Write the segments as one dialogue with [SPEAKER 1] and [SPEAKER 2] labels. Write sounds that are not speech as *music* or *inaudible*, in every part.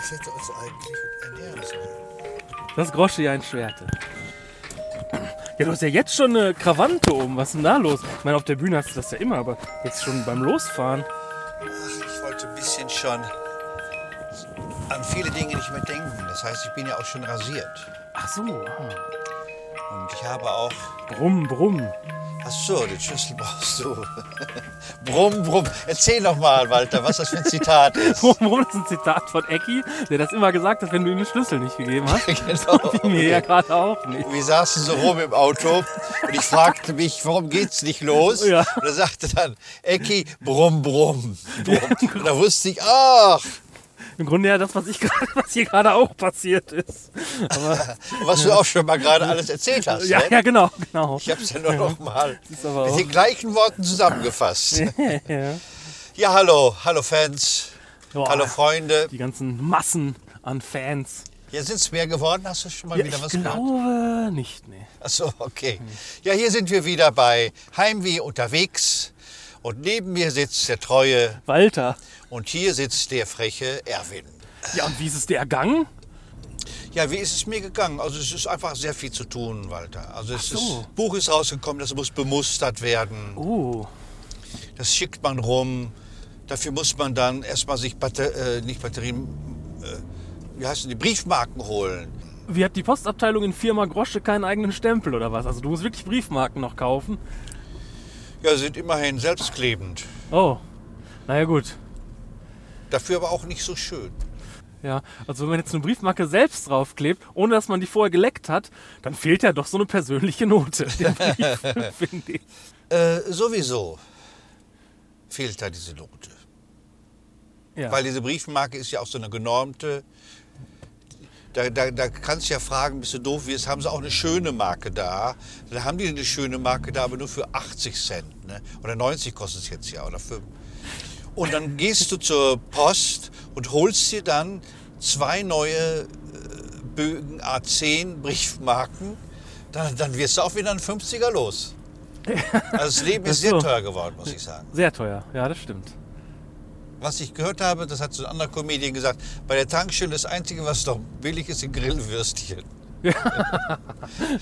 [SPEAKER 1] ich hätte uns eigentlich ernähren sollen.
[SPEAKER 2] Das Grosche ja ein Schwerte. Ja, du hast ja jetzt schon eine Krawante oben. Was ist denn da los? Ich meine, auf der Bühne hast du das ja immer, aber jetzt schon beim Losfahren.
[SPEAKER 1] Ach, ich wollte ein bisschen schon an viele Dinge nicht mehr denken. Das heißt, ich bin ja auch schon rasiert.
[SPEAKER 2] Ach so. ah.
[SPEAKER 1] Und ich habe auch.
[SPEAKER 2] Brumm, brumm. *laughs*
[SPEAKER 1] Ach so, den Schlüssel brauchst du. *laughs* brumm, brumm. Erzähl noch mal, Walter, was das für ein Zitat ist.
[SPEAKER 2] Brumm, brumm ist ein Zitat von Ecki, der das immer gesagt hat, wenn du ihm den Schlüssel nicht gegeben
[SPEAKER 1] *laughs* *laughs*
[SPEAKER 2] hast.
[SPEAKER 1] genau.
[SPEAKER 2] Ging mir ja gerade auch nicht.
[SPEAKER 1] Wir saßen so rum im Auto und ich fragte mich, warum geht's nicht los?
[SPEAKER 2] Ja.
[SPEAKER 1] Und er sagte dann, Ecki, brumm, brumm, brumm. Und da wusste ich, ach,
[SPEAKER 2] Im Grunde ja das, was, ich *laughs* gerade, was hier gerade auch passiert ist. Aber,
[SPEAKER 1] was du auch schon mal gerade alles erzählt hast.
[SPEAKER 2] ja,
[SPEAKER 1] ne?
[SPEAKER 2] ja, genau, genau. *laughs*
[SPEAKER 1] Ich hab's ja nur noch mal
[SPEAKER 2] ist aber
[SPEAKER 1] mit
[SPEAKER 2] auch-
[SPEAKER 1] den gleichen Worten zusammengefasst.
[SPEAKER 2] Ja.
[SPEAKER 1] Ja, hallo, hallo Fans,
[SPEAKER 2] Boah,
[SPEAKER 1] hallo Freunde.
[SPEAKER 2] Die ganzen Massen an Fans.
[SPEAKER 1] Hier sind's mehr geworden, hast du schon mal
[SPEAKER 2] Ja,
[SPEAKER 1] wieder
[SPEAKER 2] ich
[SPEAKER 1] was gehört?
[SPEAKER 2] glaube nicht, nee.
[SPEAKER 1] Achso, okay. Ja, hier sind wir wieder bei Heimweh unterwegs. Und neben mir sitzt der treue
[SPEAKER 2] Walter.
[SPEAKER 1] und hier sitzt der freche Erwin.
[SPEAKER 2] Ja, und wie ist es dir ergangen?
[SPEAKER 1] Ja, wie ist es mir gegangen? Also es ist einfach sehr viel zu tun, Walter. Also es
[SPEAKER 2] so.
[SPEAKER 1] ist, Buch ist rausgekommen, das muss bemustert werden.
[SPEAKER 2] Oh,
[SPEAKER 1] Das schickt man rum. Dafür muss man dann erstmal sich Batter äh, nicht Batterien, äh, wie heißt denn die Briefmarken holen.
[SPEAKER 2] wie hat die Postabteilung in Firma Grosche keinen eigenen Stempel oder was? Also du musst wirklich Briefmarken noch kaufen.
[SPEAKER 1] Ja, sind immerhin selbstklebend.
[SPEAKER 2] Oh, naja gut.
[SPEAKER 1] Dafür aber auch nicht so schön.
[SPEAKER 2] Ja, also wenn man jetzt eine Briefmarke selbst draufklebt, ohne dass man die vorher geleckt hat, dann fehlt ja doch so eine persönliche Note
[SPEAKER 1] *laughs*
[SPEAKER 2] im Brief, finde ich.
[SPEAKER 1] Äh, sowieso fehlt da diese Note.
[SPEAKER 2] Ja.
[SPEAKER 1] Weil diese Briefmarke ist ja auch so eine genormte. Da, da, da kannst du ja fragen, bist du doof, wie es haben sie auch eine schöne Marke da. Dann haben die eine schöne Marke da, aber nur für 80 Cent. Ne? Oder 90 kostet es jetzt ja, oder 5. Und dann gehst du zur Post und holst dir dann zwei neue äh, Bögen A10 Briefmarken. Dann, dann wirst du auch wieder einen 50er
[SPEAKER 2] *laughs*
[SPEAKER 1] los. Also das Leben ist
[SPEAKER 2] Ach so.
[SPEAKER 1] sehr teuer geworden, muss ich sagen.
[SPEAKER 2] Sehr teuer, ja, das stimmt.
[SPEAKER 1] Was ich gehört habe, das hat so ein anderer Comedian gesagt, bei der Tankstelle das Einzige, was noch billig ist, sind Grillwürstchen.
[SPEAKER 2] Ja.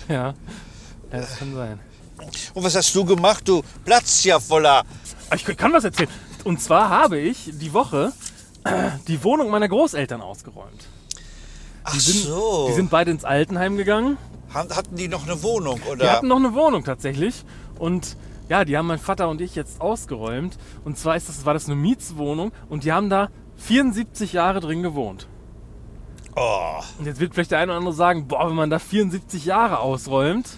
[SPEAKER 2] ja, das kann sein.
[SPEAKER 1] Und was hast du gemacht, du Platz ja voller?
[SPEAKER 2] Ah, Ich kann was erzählen. Und zwar habe ich die Woche äh, die Wohnung meiner Großeltern ausgeräumt.
[SPEAKER 1] Ach
[SPEAKER 2] sind-
[SPEAKER 1] so,
[SPEAKER 2] Die sind beide ins Altenheim gegangen.
[SPEAKER 1] Haben- hatten die noch eine Wohnung,
[SPEAKER 2] Die
[SPEAKER 1] oder?
[SPEAKER 2] hatten noch eine Wohnung tatsächlich. Und ja, die haben mein Vater und ich jetzt ausgeräumt. Und zwar ist das, war das eine Mietswohnung und die haben da 74 Jahre drin gewohnt.
[SPEAKER 1] oh,
[SPEAKER 2] Und jetzt wird vielleicht der eine oder andere sagen, boah, wenn man da 74 Jahre ausräumt,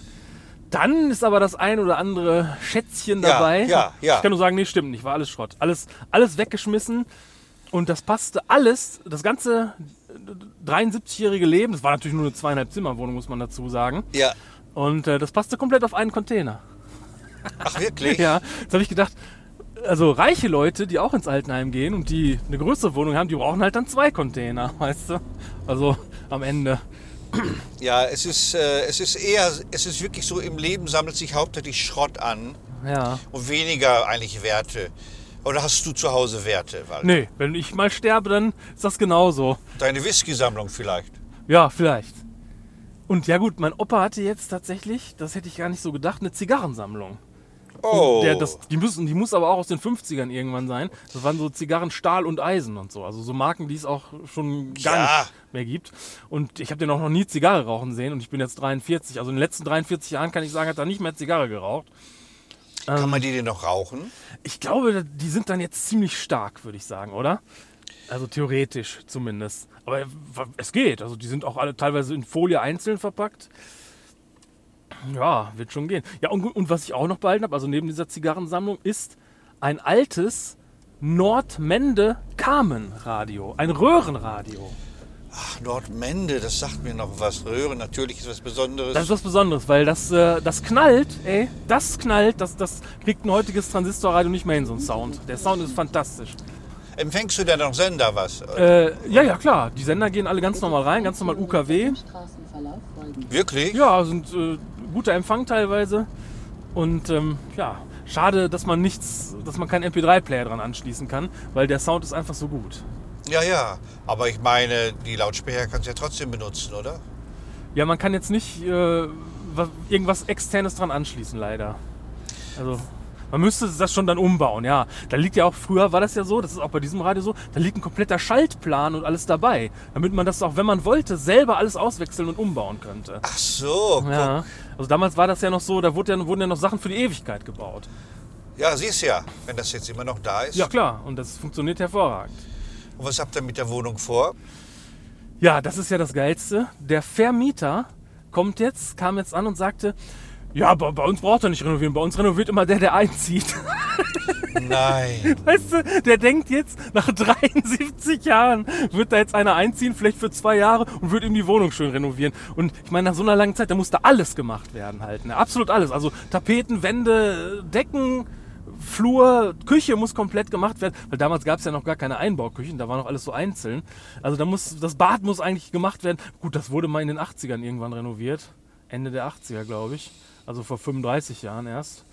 [SPEAKER 2] dann ist aber das ein oder andere Schätzchen
[SPEAKER 1] Ja,
[SPEAKER 2] dabei.
[SPEAKER 1] ja, ja.
[SPEAKER 2] Ich kann nur sagen, nee, stimmt nicht, war alles Schrott. Alles, alles weggeschmissen und das passte alles, das ganze 73-jährige Leben, das war natürlich nur eine zweieinhalb Zimmerwohnung, muss man dazu sagen.
[SPEAKER 1] ja.
[SPEAKER 2] Und äh, das passte komplett auf einen Container.
[SPEAKER 1] Ach wirklich?
[SPEAKER 2] *laughs* Ja, jetzt habe ich gedacht, also reiche Leute, die auch ins Altenheim gehen und die eine größere Wohnung haben, die brauchen halt dann zwei Container, *laughs* weißt du? Also am Ende.
[SPEAKER 1] Ja, es ist, äh, es ist eher, es ist wirklich so, im Leben sammelt sich hauptsächlich Schrott an
[SPEAKER 2] Ja.
[SPEAKER 1] und weniger eigentlich Werte. Oder hast du zu Hause Werte, Walter?
[SPEAKER 2] Nee, wenn ich mal sterbe, dann ist das genauso.
[SPEAKER 1] Deine Whisky-Sammlung vielleicht?
[SPEAKER 2] Ja, vielleicht. Und ja gut, mein Opa hatte jetzt tatsächlich, das hätte ich gar nicht so gedacht, eine Zigarrensammlung.
[SPEAKER 1] Oh,
[SPEAKER 2] Der, das, die, müssen, die muss aber auch aus den 50ern irgendwann sein. Das waren so Zigarren Stahl und Eisen und so. Also so Marken, die es auch schon gar
[SPEAKER 1] Ja.
[SPEAKER 2] nicht mehr gibt. Und ich habe den auch noch nie Zigarre rauchen sehen und ich bin jetzt 43. Also in den letzten 43 Jahren kann ich sagen, hat er nicht mehr Zigarre geraucht.
[SPEAKER 1] kann
[SPEAKER 2] ähm,
[SPEAKER 1] man die denn noch rauchen?
[SPEAKER 2] Ich glaube, die sind dann jetzt ziemlich stark, würde ich sagen, oder? Also theoretisch zumindest. Aber es geht. Also die sind auch alle teilweise in Folie einzeln verpackt. Ja, wird schon gehen. Ja, und, und was ich auch noch behalten habe, also neben dieser Zigarrensammlung, ist ein altes Nordmende-Carmen-Radio. Ein Röhrenradio.
[SPEAKER 1] Ach, Nordmende, das sagt mir noch was. Röhren, natürlich ist was Besonderes.
[SPEAKER 2] Das ist was Besonderes, weil das, äh, das knallt, ey. Das knallt, das, das kriegt ein heutiges Transistorradio nicht mehr hin, so ein Sound. Der Sound ist fantastisch.
[SPEAKER 1] Empfängst du denn noch Sender was?
[SPEAKER 2] Äh, ja, ja, klar. Die Sender gehen alle ganz normal rein, ganz normal UKW.
[SPEAKER 3] Straßenverlauf folgen.
[SPEAKER 1] Wirklich?
[SPEAKER 2] Ja, sind äh, guter Empfang teilweise. Und ähm, ja, schade, dass man nichts, dass man keinen MP3-Player dran anschließen kann, weil der Sound ist einfach so gut.
[SPEAKER 1] Ja, ja. Aber ich meine, die Lautsprecher kannst du ja trotzdem benutzen, oder?
[SPEAKER 2] Ja, man kann jetzt nicht äh, wa- irgendwas externes dran anschließen, leider. Also, man müsste das schon dann umbauen, ja. Da liegt ja auch, früher war das ja so, das ist auch bei diesem Radio so, da liegt ein kompletter Schaltplan und alles dabei, damit man das auch, wenn man wollte, selber alles auswechseln und umbauen könnte.
[SPEAKER 1] Ach so, guck. Ja,
[SPEAKER 2] Ja. Also damals war das ja noch so, da wurde ja, wurden ja noch Sachen für die Ewigkeit gebaut.
[SPEAKER 1] siehst ja, wenn das jetzt immer noch da ist.
[SPEAKER 2] Ja klar, und das funktioniert hervorragend.
[SPEAKER 1] Und was habt ihr mit der Wohnung vor?
[SPEAKER 2] Ja, das ist ja das Geilste. Der Vermieter kommt jetzt, kam jetzt an und sagte, ja, aber bei uns braucht er nicht renovieren, bei uns renoviert immer der, der einzieht. *laughs*
[SPEAKER 1] Nein.
[SPEAKER 2] Weißt du, der denkt jetzt, nach *laughs* 73 Jahren wird da jetzt einer einziehen, vielleicht für zwei Jahre und wird ihm die Wohnung schön renovieren. Und ich meine, nach so einer langen Zeit, da muss da alles gemacht werden halt. Ne? Absolut alles. Also Tapeten, Wände, Decken, Flur, Küche muss komplett gemacht werden. Weil damals gab es ja noch gar keine Einbauküchen, da war noch alles so einzeln. Also da muss, das Bad muss eigentlich gemacht werden. Gut, das wurde mal in den 80ern irgendwann renoviert. Ende der 80er, glaube ich. Also vor 35 Jahren erst.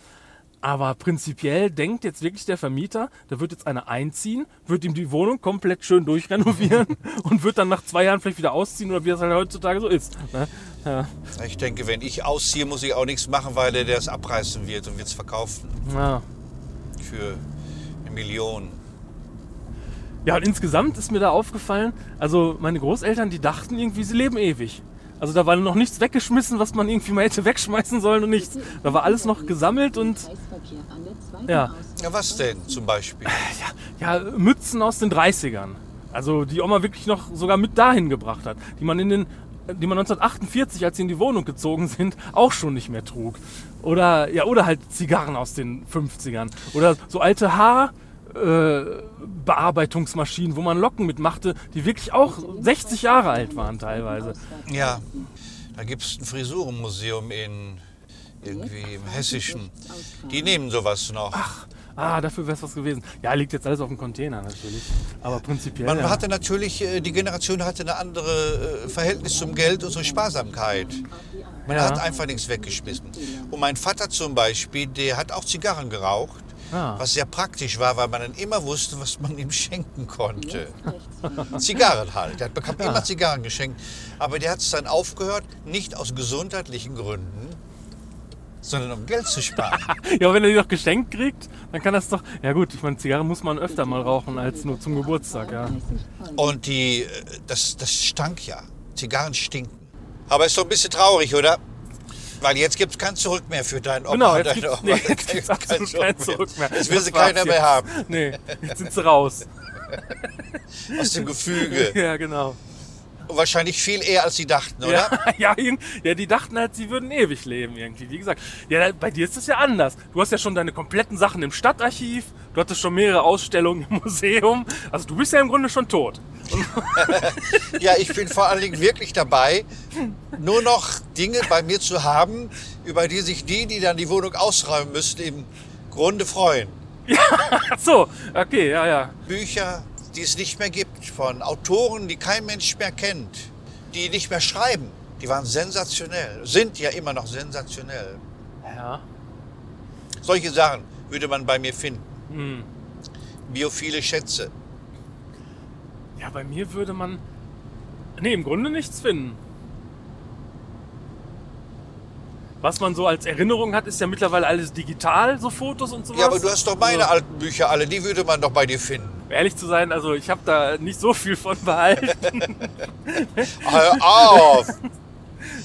[SPEAKER 2] Aber prinzipiell denkt jetzt wirklich der Vermieter, da wird jetzt einer einziehen, wird ihm die Wohnung komplett schön durchrenovieren und wird dann nach zwei Jahren vielleicht wieder ausziehen oder wie das halt heutzutage so ist. Ne? Ja,
[SPEAKER 1] Ich denke, wenn ich ausziehe, muss ich auch nichts machen, weil der das abreißen wird und wird es verkaufen
[SPEAKER 2] ja.
[SPEAKER 1] für eine Million.
[SPEAKER 2] ja, und insgesamt ist mir da aufgefallen, also meine Großeltern, die dachten irgendwie, sie leben ewig. Also da war noch nichts weggeschmissen, was man irgendwie mal hätte wegschmeißen sollen und nichts. Da war alles noch gesammelt und Ja.
[SPEAKER 3] ja.
[SPEAKER 1] Ja, was denn zum Beispiel?
[SPEAKER 2] ja, Mützen aus den 30ern. Also die Oma wirklich noch sogar mit dahin gebracht hat, die man in den die man 1948, als sie in die Wohnung gezogen sind, auch schon nicht mehr trug. Oder ja, oder halt Zigarren aus den 50ern oder so alte Haar äh, Bearbeitungsmaschinen, wo man Locken mitmachte, die wirklich auch 60 Jahre alt waren teilweise.
[SPEAKER 1] Ja, da gibt es ein Frisurenmuseum in irgendwie im Hessischen. Die nehmen sowas noch.
[SPEAKER 2] Ah, dafür wäre es was gewesen. Ja, liegt jetzt alles auf dem Container natürlich, aber prinzipiell
[SPEAKER 1] Man
[SPEAKER 2] ja.
[SPEAKER 1] hatte natürlich, äh, die Generation hatte eine andere äh, Verhältnis zum Geld und zur Sparsamkeit. Man
[SPEAKER 2] Ja.
[SPEAKER 1] hat einfach nichts weggeschmissen. Und mein Vater zum Beispiel, der hat auch Zigarren geraucht,
[SPEAKER 2] Ah.
[SPEAKER 1] was sehr praktisch war, weil man dann immer wusste, was man ihm schenken konnte. Zigarren halt. Er hat- bekam immer Zigarren geschenkt. Aber der hat es dann aufgehört, nicht aus gesundheitlichen Gründen, sondern um Geld zu sparen.
[SPEAKER 2] *laughs* Ja, wenn er die doch geschenkt kriegt, dann kann das doch. Ja, gut, ich meine, Zigarre muss man öfter mal rauchen als nur zum Geburtstag, ja.
[SPEAKER 1] Und die, äh, das, das stank ja. Zigarren stinken. Aber ist doch ein bisschen traurig, oder? Weil jetzt gibt es kein Zurück mehr für deinen Opa.
[SPEAKER 2] Genau,
[SPEAKER 1] und
[SPEAKER 2] jetzt
[SPEAKER 1] deine
[SPEAKER 2] gibt's,
[SPEAKER 1] Oma.
[SPEAKER 2] nee, jetzt
[SPEAKER 1] *laughs*
[SPEAKER 2] gibt's
[SPEAKER 1] Kein
[SPEAKER 2] absolut kein Zurück mehr.
[SPEAKER 1] Jetzt will
[SPEAKER 2] Das
[SPEAKER 1] sie
[SPEAKER 2] war's
[SPEAKER 1] keiner
[SPEAKER 2] jetzt.
[SPEAKER 1] mehr haben.
[SPEAKER 2] Nee, jetzt sind sie raus.
[SPEAKER 1] Aus dem Gefüge.
[SPEAKER 2] *laughs* Ja, genau.
[SPEAKER 1] Und wahrscheinlich viel eher, als sie dachten, oder?
[SPEAKER 2] Ja, *laughs* ja, irgend- ja, die dachten halt, sie würden ewig leben irgendwie, wie gesagt. Ja, da- bei dir ist das ja anders. Du hast ja schon deine kompletten Sachen im Stadtarchiv, du hattest schon mehrere Ausstellungen im *laughs* Museum. Also du bist ja im Grunde schon tot.
[SPEAKER 1] Ja, ich bin vor allen Dingen wirklich dabei, nur noch Dinge bei mir zu haben, über die sich die, die dann die Wohnung ausräumen müssen, im Grunde freuen.
[SPEAKER 2] Ach so, okay, ja, ja.
[SPEAKER 1] Bücher, die es nicht mehr gibt, von Autoren, die kein Mensch mehr kennt, die nicht mehr schreiben. Die waren sensationell, sind ja immer noch sensationell.
[SPEAKER 2] Ja.
[SPEAKER 1] Solche Sachen würde man bei mir finden. Biophile Schätze.
[SPEAKER 2] Ja, bei mir würde man. Nee, im Grunde nichts finden. Was man so als Erinnerung hat, ist ja mittlerweile alles digital, so Fotos und sowas.
[SPEAKER 1] Ja, aber du hast doch meine
[SPEAKER 2] Also,
[SPEAKER 1] alten Bücher alle, die würde man doch bei dir finden.
[SPEAKER 2] um ehrlich zu sein, also ich habe da nicht so viel von
[SPEAKER 1] *laughs*
[SPEAKER 2] behalten.
[SPEAKER 1] Hör
[SPEAKER 2] *laughs*
[SPEAKER 1] auf!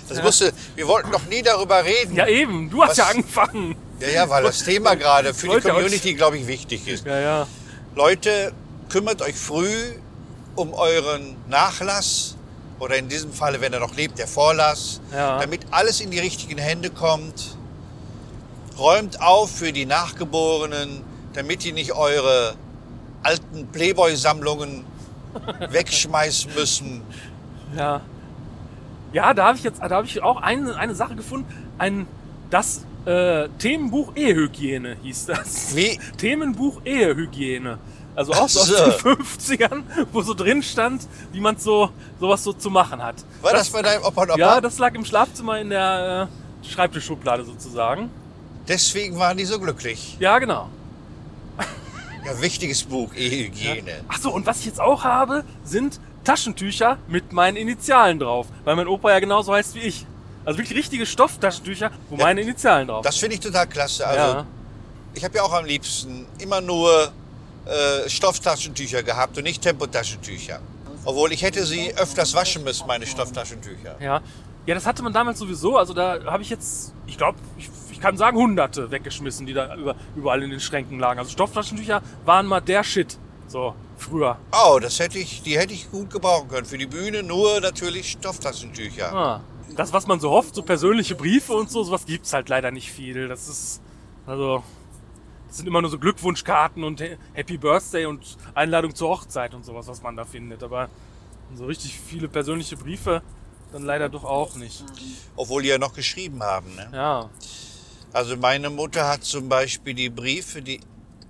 [SPEAKER 1] Das musste, wir wollten noch nie darüber reden.
[SPEAKER 2] ja, eben, du hast
[SPEAKER 1] Was?
[SPEAKER 2] ja angefangen.
[SPEAKER 1] Ja, ja, weil das Thema gerade für die
[SPEAKER 2] wollte auch-
[SPEAKER 1] Community, glaube ich, wichtig ist.
[SPEAKER 2] Ja, ja.
[SPEAKER 1] Leute, kümmert euch früh um euren Nachlass oder in diesem Falle, wenn er noch lebt, der Vorlass,
[SPEAKER 2] Ja.
[SPEAKER 1] damit alles in die richtigen Hände kommt. Räumt auf für die Nachgeborenen, damit die nicht eure alten
[SPEAKER 2] *laughs*
[SPEAKER 1] Playboy-Sammlungen wegschmeißen müssen.
[SPEAKER 2] Ja. Ja, da habe ich jetzt, da habe ich auch eine, eine Sache gefunden. Ein, das äh, Themenbuch Ehehygiene hieß das.
[SPEAKER 1] Wie?
[SPEAKER 2] Themenbuch Ehehygiene. Also auch
[SPEAKER 1] Ach
[SPEAKER 2] so aus
[SPEAKER 1] so.
[SPEAKER 2] den 50ern, wo so drin stand, wie man so, sowas so zu machen hat.
[SPEAKER 1] War das, bei deinem Opa und Opa?
[SPEAKER 2] Ja, das lag im Schlafzimmer in der äh, Schreibtischschublade sozusagen.
[SPEAKER 1] Deswegen waren die so glücklich.
[SPEAKER 2] Ja, genau.
[SPEAKER 1] Ja, wichtiges Buch, E-Hygiene.
[SPEAKER 2] Achso, und was ich jetzt auch habe, sind Taschentücher mit meinen Initialen drauf. Weil mein Opa ja genauso heißt wie ich. Also wirklich richtige Stofftaschentücher, wo meine Initialen drauf
[SPEAKER 1] Das finde ich total klasse. Also,
[SPEAKER 2] ja.
[SPEAKER 1] Ich habe ja auch am liebsten immer nur äh, Stofftaschentücher gehabt und nicht Tempotaschentücher. Obwohl ich hätte sie öfters waschen müssen, meine Stofftaschentücher.
[SPEAKER 2] ja. Ja, das hatte man damals sowieso. Also da habe ich jetzt, ich glaube, ich, ich kann sagen, hunderte weggeschmissen, die da über, überall in den Schränken lagen. Also Stofftaschentücher waren mal der Shit. So, früher.
[SPEAKER 1] Oh, das hätte ich, die hätte ich gut gebrauchen können. Für die Bühne nur natürlich Stofftaschentücher.
[SPEAKER 2] Ah. Das, was man so hofft, so persönliche Briefe und so, sowas gibt's halt leider nicht viel. Das ist, also, das sind immer nur so Glückwunschkarten und He- Happy Birthday und Einladung zur Hochzeit und sowas, was man da findet. Aber so richtig viele persönliche Briefe dann leider doch auch nicht.
[SPEAKER 1] Obwohl die ja noch geschrieben haben. Ne?
[SPEAKER 2] Ja,
[SPEAKER 1] Also meine Mutter hat zum Beispiel die Briefe, die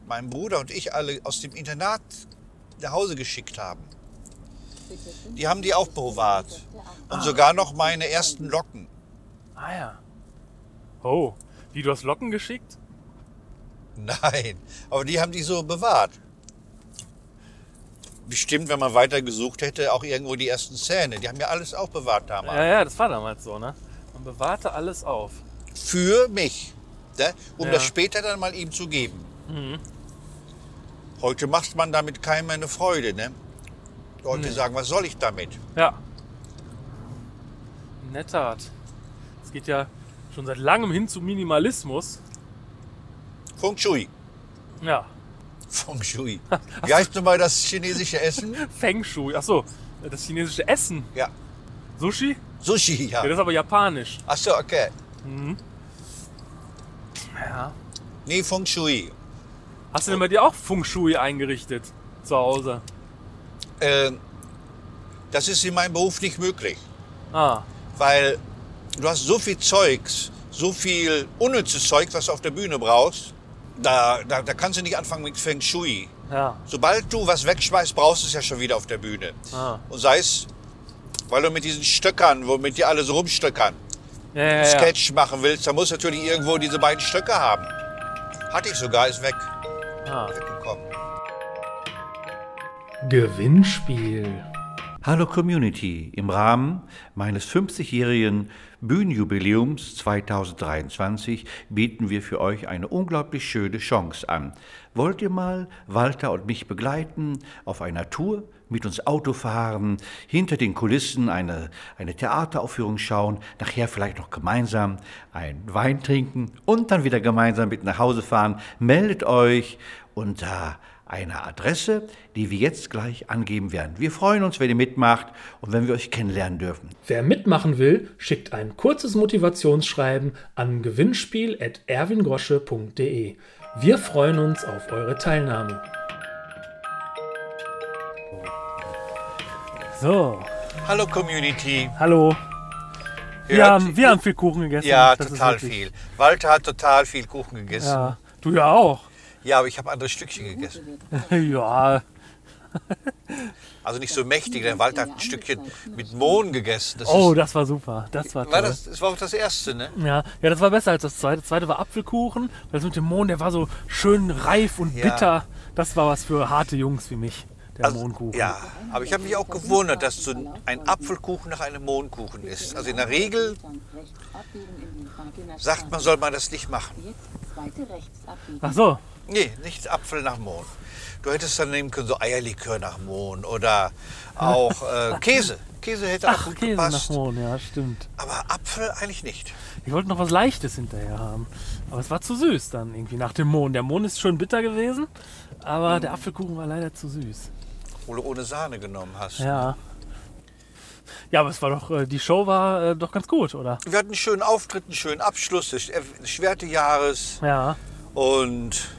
[SPEAKER 1] mein Bruder und ich alle aus dem Internat nach Hause geschickt haben. Die haben die auch bewahrt. Und sogar noch meine ersten Locken. *laughs*
[SPEAKER 2] ah ja. Oh, wie du hast Locken geschickt?
[SPEAKER 1] Nein, aber die haben die so bewahrt. Bestimmt, wenn man weiter gesucht hätte, auch irgendwo die ersten Zähne. Die haben ja alles auch bewahrt damals.
[SPEAKER 2] Ja, ja, das war damals so, ne? Man bewahrte alles auf.
[SPEAKER 1] Für mich. Ne? Um
[SPEAKER 2] Ja.
[SPEAKER 1] das später dann mal ihm zu geben. Heute macht man damit keinem eine Freude. Ne? Leute sagen, was soll ich damit?
[SPEAKER 2] Ja. In der Tat. Es geht ja schon seit langem hin zu Minimalismus.
[SPEAKER 1] Feng Shui. *laughs*
[SPEAKER 2] Ja,
[SPEAKER 1] Feng Shui. Wie heißt nun mal das chinesische Essen?
[SPEAKER 2] *laughs* Feng Shui. Achso, das chinesische Essen.
[SPEAKER 1] Ja.
[SPEAKER 2] Sushi? Ja.
[SPEAKER 1] Sushi, ja.
[SPEAKER 2] das ist aber japanisch.
[SPEAKER 1] Ach so, okay.
[SPEAKER 2] Mhm. Ja.
[SPEAKER 1] Nee, Feng Shui.
[SPEAKER 2] Hast du denn bei dir auch Feng Shui eingerichtet zu Hause?
[SPEAKER 1] Ähm, das ist in meinem Beruf nicht möglich.
[SPEAKER 2] Ah,
[SPEAKER 1] weil du hast so viel Zeugs, so viel unnützes Zeug, was du auf der Bühne brauchst, da, da, da kannst du nicht anfangen mit Feng Shui.
[SPEAKER 2] ja.
[SPEAKER 1] Sobald du was wegschmeißt, brauchst du es ja schon wieder auf der Bühne.
[SPEAKER 2] Ah.
[SPEAKER 1] Und sei es, weil du mit diesen Stöckern, womit die alle so rumstöckern,
[SPEAKER 2] Ja, ja, ja.
[SPEAKER 1] Sketch machen willst, dann musst du natürlich irgendwo diese beiden Stöcke haben. Hatte ich sogar, ist weg.
[SPEAKER 2] Ah.
[SPEAKER 1] Weggekommen.
[SPEAKER 2] Gewinnspiel.
[SPEAKER 3] Hallo Community, im Rahmen meines 50-jährigen Bühnenjubiläums 2023 bieten wir für euch eine unglaublich schöne Chance an. Wollt ihr mal Walter und mich begleiten auf einer Tour? mit uns Auto fahren, hinter den Kulissen eine, eine Theateraufführung schauen, nachher vielleicht noch gemeinsam einen Wein trinken und dann wieder gemeinsam mit nach Hause fahren. Meldet euch unter einer Adresse, die wir jetzt gleich angeben werden. Wir freuen uns, wenn ihr mitmacht und wenn wir euch kennenlernen dürfen.
[SPEAKER 4] Wer mitmachen will, schickt ein kurzes Motivationsschreiben an gewinnspiel.erwingrosche.de. Wir freuen uns auf eure Teilnahme.
[SPEAKER 2] So,
[SPEAKER 1] Hallo Community.
[SPEAKER 2] hallo. Wir,
[SPEAKER 1] Hört-
[SPEAKER 2] haben, wir haben viel Kuchen gegessen.
[SPEAKER 1] ja,
[SPEAKER 2] Das ist
[SPEAKER 1] total
[SPEAKER 2] wirklich-
[SPEAKER 1] viel. Walter hat total viel Kuchen gegessen. Ja,
[SPEAKER 2] Ja, du ja auch. *laughs*
[SPEAKER 1] ja aber ich habe andere Stückchen gegessen.
[SPEAKER 2] ja,
[SPEAKER 1] Also nicht so mächtig, denn Walter hat ein Stückchen mit Mohn gegessen. Das
[SPEAKER 2] oh,
[SPEAKER 1] ist,
[SPEAKER 2] das war super. Das war toll.
[SPEAKER 1] war das, das war auch das erste, ne?
[SPEAKER 2] Ja, ja, das war besser als das zweite. Das zweite war Apfelkuchen. Das mit dem Mohn, der war so schön reif und
[SPEAKER 1] Ja. Also,
[SPEAKER 2] bitter. Das war was für harte Jungs wie mich, der Mohnkuchen.
[SPEAKER 1] Ja, aber ich habe mich auch gewundert, dass so ein Apfelkuchen nach einem Mohnkuchen ist. Also in der Regel sagt man, soll man das nicht machen.
[SPEAKER 2] Ach so,
[SPEAKER 1] Nee, nicht Apfel nach Mohn. Du hättest dann nehmen können so Eierlikör nach Mohn oder auch
[SPEAKER 2] *laughs*
[SPEAKER 1] äh, Käse. Käse hätte auch
[SPEAKER 2] ach,
[SPEAKER 1] gut
[SPEAKER 2] Käse nach
[SPEAKER 1] gepasst.
[SPEAKER 2] Mohn, ja, stimmt.
[SPEAKER 1] Aber Apfel eigentlich nicht.
[SPEAKER 2] Ich wollte noch was Leichtes hinterher haben. Aber es war zu süß dann irgendwie nach dem Mohn. Der Mohn ist schön bitter gewesen, aber der Apfelkuchen war leider zu süß.
[SPEAKER 1] Obwohl du ohne Sahne genommen hast.
[SPEAKER 2] Ja. Ja, aber es war doch, äh, die Show war äh, doch ganz gut, oder?
[SPEAKER 1] Wir hatten einen schönen Auftritt, einen schönen Abschluss des Schwertejahres.
[SPEAKER 2] Ja.
[SPEAKER 1] Und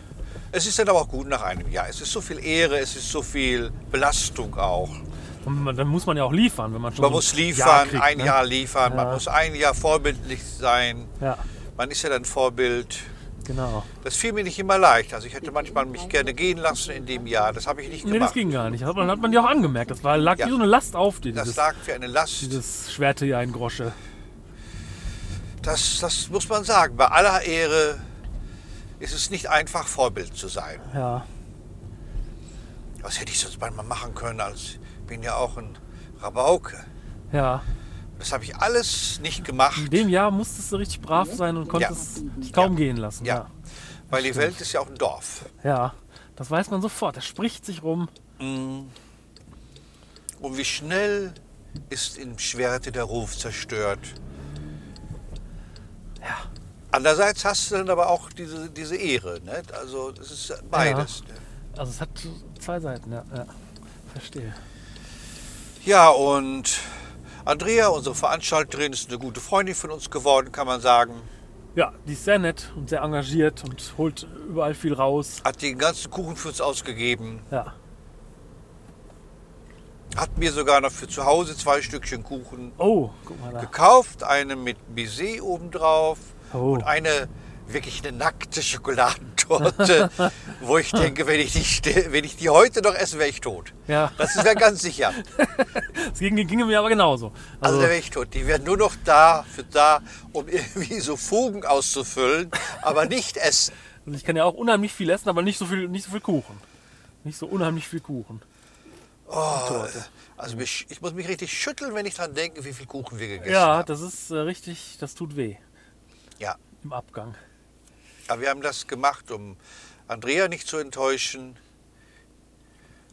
[SPEAKER 1] es ist dann aber auch gut nach einem Jahr. Es ist so viel Ehre, es ist so viel Belastung auch.
[SPEAKER 2] Und man, dann muss man ja auch liefern, wenn man schon
[SPEAKER 1] Man
[SPEAKER 2] so
[SPEAKER 1] muss
[SPEAKER 2] ein Jahr
[SPEAKER 1] liefern,
[SPEAKER 2] kriegt,
[SPEAKER 1] ein
[SPEAKER 2] ne?
[SPEAKER 1] Jahr liefern, man
[SPEAKER 2] Ja.
[SPEAKER 1] muss ein Jahr vorbildlich sein.
[SPEAKER 2] Ja,
[SPEAKER 1] Man ist ja dann Vorbild.
[SPEAKER 2] genau.
[SPEAKER 1] Das fiel mir nicht immer leicht. Also ich hätte manchmal mich gerne gehen lassen in dem Jahr. Das habe ich nicht
[SPEAKER 2] Nee, das
[SPEAKER 1] gemacht.
[SPEAKER 2] ging gar nicht. Das hat man, hat man ja auch angemerkt. Das war, lag
[SPEAKER 1] Ja.
[SPEAKER 2] wie so eine Last auf dir,
[SPEAKER 1] das
[SPEAKER 2] dieses,
[SPEAKER 1] lag für eine Last.
[SPEAKER 2] dieses Schwerte ja in Grosche.
[SPEAKER 1] Das, das muss man sagen. Bei aller Ehre ist es nicht einfach, Vorbild zu sein.
[SPEAKER 2] Ja.
[SPEAKER 1] was hätte ich sonst mal machen können, als bin ja auch ein Rabauke.
[SPEAKER 2] Ja.
[SPEAKER 1] Das habe ich alles nicht gemacht,
[SPEAKER 2] In dem Jahr musstest du richtig brav sein und konntest dich kaum gehen lassen.
[SPEAKER 1] Mhm. Ja. weil die Welt ist ja auch ein Dorf.
[SPEAKER 2] ja. Ja. Das weiß man sofort. Das spricht sich rum.
[SPEAKER 1] Und wie schnell ist im Schwerte der Ruf zerstört.
[SPEAKER 2] Ja.
[SPEAKER 1] Andererseits hast du dann aber auch diese, diese Ehre. Ne? Also es ist beides. ne?
[SPEAKER 2] Also es hat zwei Seiten, ja. ja. Verstehe.
[SPEAKER 1] Ja, und Andrea, unsere Veranstalterin, ist eine gute Freundin von uns geworden, kann man sagen.
[SPEAKER 2] Ja, die ist sehr nett und sehr engagiert und holt überall viel raus.
[SPEAKER 1] Hat den ganzen Kuchen für uns ausgegeben.
[SPEAKER 2] Ja.
[SPEAKER 1] Hat mir sogar noch für zu Hause zwei Stückchen Kuchen
[SPEAKER 2] Oh, guck mal da.
[SPEAKER 1] Ah. gekauft. Eine mit Baiser obendrauf
[SPEAKER 2] Oh.
[SPEAKER 1] und eine wirklich eine nackte
[SPEAKER 2] *laughs*
[SPEAKER 1] Schokoladentorte, wo ich denke, wenn ich, die, ste- wenn ich die heute noch esse, wäre ich tot.
[SPEAKER 2] Ja,
[SPEAKER 1] Das ist ja ganz
[SPEAKER 2] *laughs*
[SPEAKER 1] sicher.
[SPEAKER 2] das ging, ging mir aber genauso.
[SPEAKER 1] Also
[SPEAKER 2] Also,
[SPEAKER 1] der Wächtod, die werden nur noch da, für da, um *laughs* irgendwie so Fugen auszufüllen, aber nicht
[SPEAKER 2] *laughs*
[SPEAKER 1] essen.
[SPEAKER 2] also ich kann ja auch unheimlich viel essen, aber nicht so viel, nicht so viel Kuchen. Nicht so unheimlich viel Kuchen.
[SPEAKER 1] Oh, also mich, ich muss mich richtig schütteln, wenn ich dran denke, wie viel Kuchen wir gegessen
[SPEAKER 2] Ja,
[SPEAKER 1] haben.
[SPEAKER 2] das ist äh, richtig, das tut weh
[SPEAKER 1] Ja,
[SPEAKER 2] im Abgang.
[SPEAKER 1] aber wir haben das gemacht, um Andrea nicht zu enttäuschen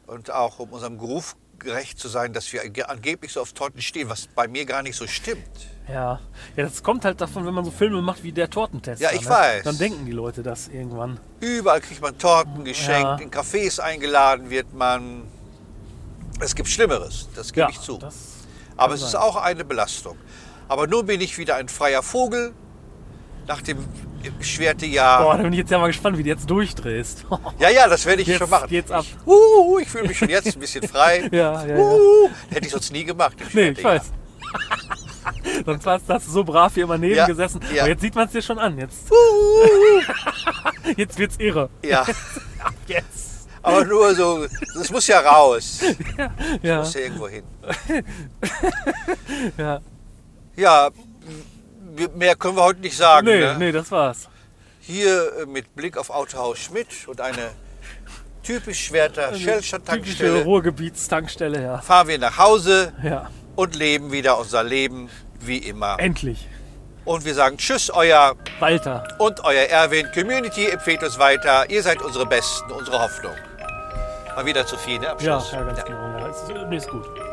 [SPEAKER 1] und auch um unserem Beruf gerecht zu sein, dass wir ge- angeblich so auf Torten stehen, was bei mir gar nicht so stimmt.
[SPEAKER 2] Ja. ja, das kommt halt davon, wenn man so Filme macht wie der Tortentest. ne?
[SPEAKER 1] Ja, ich weiß.
[SPEAKER 2] Dann denken die Leute das irgendwann.
[SPEAKER 1] Überall kriegt man Torten geschenkt,
[SPEAKER 2] Ja.
[SPEAKER 1] in Cafés eingeladen wird man. Es gibt Schlimmeres, das gebe
[SPEAKER 2] ja,
[SPEAKER 1] ich zu.
[SPEAKER 2] Das,
[SPEAKER 1] Aber
[SPEAKER 2] Kann
[SPEAKER 1] es ist
[SPEAKER 2] sein.
[SPEAKER 1] auch eine Belastung. Aber nun bin ich wieder ein freier Vogel nach dem
[SPEAKER 2] boah,
[SPEAKER 1] Schwertejahr.
[SPEAKER 2] da bin ich jetzt ja mal gespannt, wie du jetzt durchdrehst. *laughs*
[SPEAKER 1] Ja, ja, das werde ich
[SPEAKER 2] Jetzt
[SPEAKER 1] Ah. schon machen.
[SPEAKER 2] geht's ab.
[SPEAKER 1] Ich, uh, ich fühle mich schon jetzt ein bisschen frei.
[SPEAKER 2] *laughs* Ja, ja, ja.
[SPEAKER 1] Uh, hätte ich sonst nie gemacht. im
[SPEAKER 2] nee, ich
[SPEAKER 1] Schwertejahr.
[SPEAKER 2] weiß. *laughs* Sonst warst, hast du so brav hier immer neben
[SPEAKER 1] Ja,
[SPEAKER 2] gesessen.
[SPEAKER 1] ja.
[SPEAKER 2] Aber jetzt sieht man es dir schon an. Jetzt, jetzt wird's irre.
[SPEAKER 1] Ja,
[SPEAKER 2] Jetzt.
[SPEAKER 1] aber nur so, das muss ja raus.
[SPEAKER 2] Ja,
[SPEAKER 1] Muss ja irgendwo hin.
[SPEAKER 2] *laughs* ja.
[SPEAKER 1] Ja, m- mehr können wir heute nicht sagen.
[SPEAKER 2] Nee,
[SPEAKER 1] ne?
[SPEAKER 2] nee, das war's.
[SPEAKER 1] Hier äh, mit Blick auf Autohaus Schmidt und eine typisch Schwerter
[SPEAKER 2] Typische
[SPEAKER 1] Shell-Tankstelle
[SPEAKER 2] Ruhrgebietstankstelle, ja.
[SPEAKER 1] fahren wir nach Hause.
[SPEAKER 2] Ja,
[SPEAKER 1] und leben wieder unser Leben wie immer.
[SPEAKER 2] endlich.
[SPEAKER 1] Und wir sagen Tschüss, euer
[SPEAKER 2] Walter.
[SPEAKER 1] und euer Erwin. Community empfehlt uns weiter. Ihr seid unsere Besten, unsere Hoffnung. Mal wieder zu viel, ne? Am
[SPEAKER 2] Ja,
[SPEAKER 1] Schluss.
[SPEAKER 2] ja, ganz
[SPEAKER 1] Ja.
[SPEAKER 2] genau. Ja, ist, nee, ist gut.